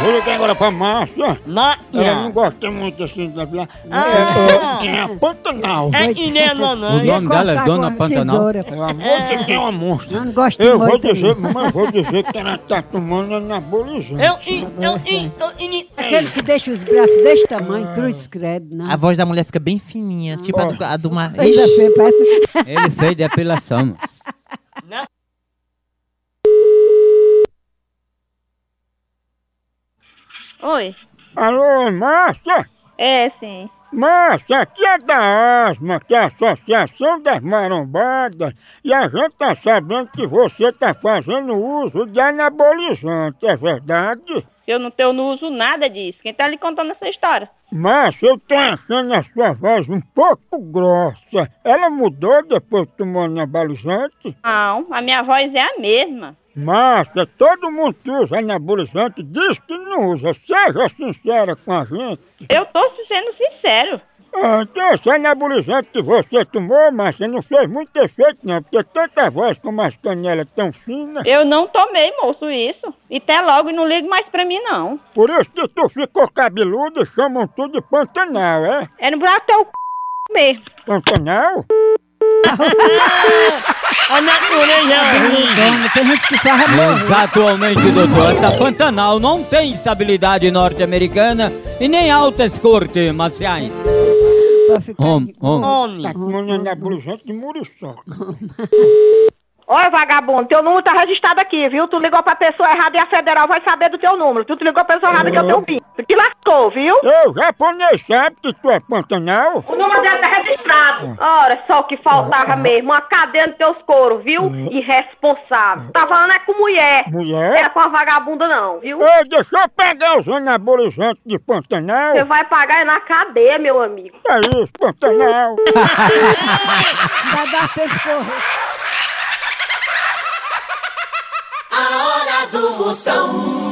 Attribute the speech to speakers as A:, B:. A: Vou ligar agora pra
B: Ah.
A: Márcia.
C: Ma...
A: Ela não gosta muito assim da vila.
C: Ah.
A: É, é, é a Pantanal.
C: É Inelana.
D: O nome dela é Dona Pantanal.
A: Ela mostra que é uma monstra.
B: Eu não gosto
A: Eu vou
B: muito,
A: dizer, mas eu vou dizer que ela tá tomando anabolizante.
C: Eu, i- eu, i- eu, ini-
B: Aquele que deixa os braços desse
D: Ah.
B: tamanho, cruz credo, não.
E: A voz da mulher fica bem fininha, tipo a do, a do mar.
B: Ainda
E: Ixi.
B: feio, parece...
D: Ele fez depilação, mano.
F: Oi.
A: Alô, Márcia?
F: É, sim.
A: Márcia, aqui é da ASMA, que é a Associação das Marombadas, e a gente tá sabendo que você tá fazendo uso de anabolizante, é verdade?
F: Eu não, tenho, eu não uso nada disso. Quem tá lhe contando essa história?
A: Márcia, eu tô achando a sua voz um pouco grossa. Ela mudou depois que tomou anabolizante?
F: Não, a minha voz é a mesma.
A: Márcia, é, todo mundo que usa anabolizante diz que não usa. Seja sincera com a gente.
F: Eu tô sendo sincero.
A: Ah, Então, esse anabolizante que você tomou, Márcia, não fez muito efeito não, porque tanta voz como as canelas é tão finas,
F: Eu não tomei, moço, isso. E até logo, e não ligue mais pra mim, não.
A: por isso que tu ficou cabeludo e chamam tu de Pantanal, é?
F: É no buraco teu c... mesmo.
A: Pantanal?
C: a natureza.
B: Bom, tem gente que fala
D: Exatamente, doutor. Essa Pantanal não tem estabilidade norte-americana e nem altas cortes marciais.
B: pra ficar...
D: Homem,
B: de-
D: homem.
C: Homem.
A: Tá tomando anabolizante de muriçoca.
G: Olha, vagabundo, teu número tá registrado aqui, viu? Tu ligou pra pessoa errada e a federal vai saber do teu número. Tu ligou pra pessoa errada que é o teu PIN. Tu te lascou, viu?
A: Eu, japonês, sabe que tu é Pantanal?
G: O número dela tá registrado. Uhum. Ora, só o que faltava mesmo. Uma cadeia nos teus coros, viu? Irresponsável. Tá falando é com Uhum. mulher.
A: Mulher?
G: Era com a vagabunda, não, viu?
A: Ei, deixa eu pegar os anabolizantes de Pantanal.
G: Você vai pagar é na cadeia, meu amigo.
A: É isso, Pantanal.
B: Vai dar tempo de correr.
H: A hora do Moção.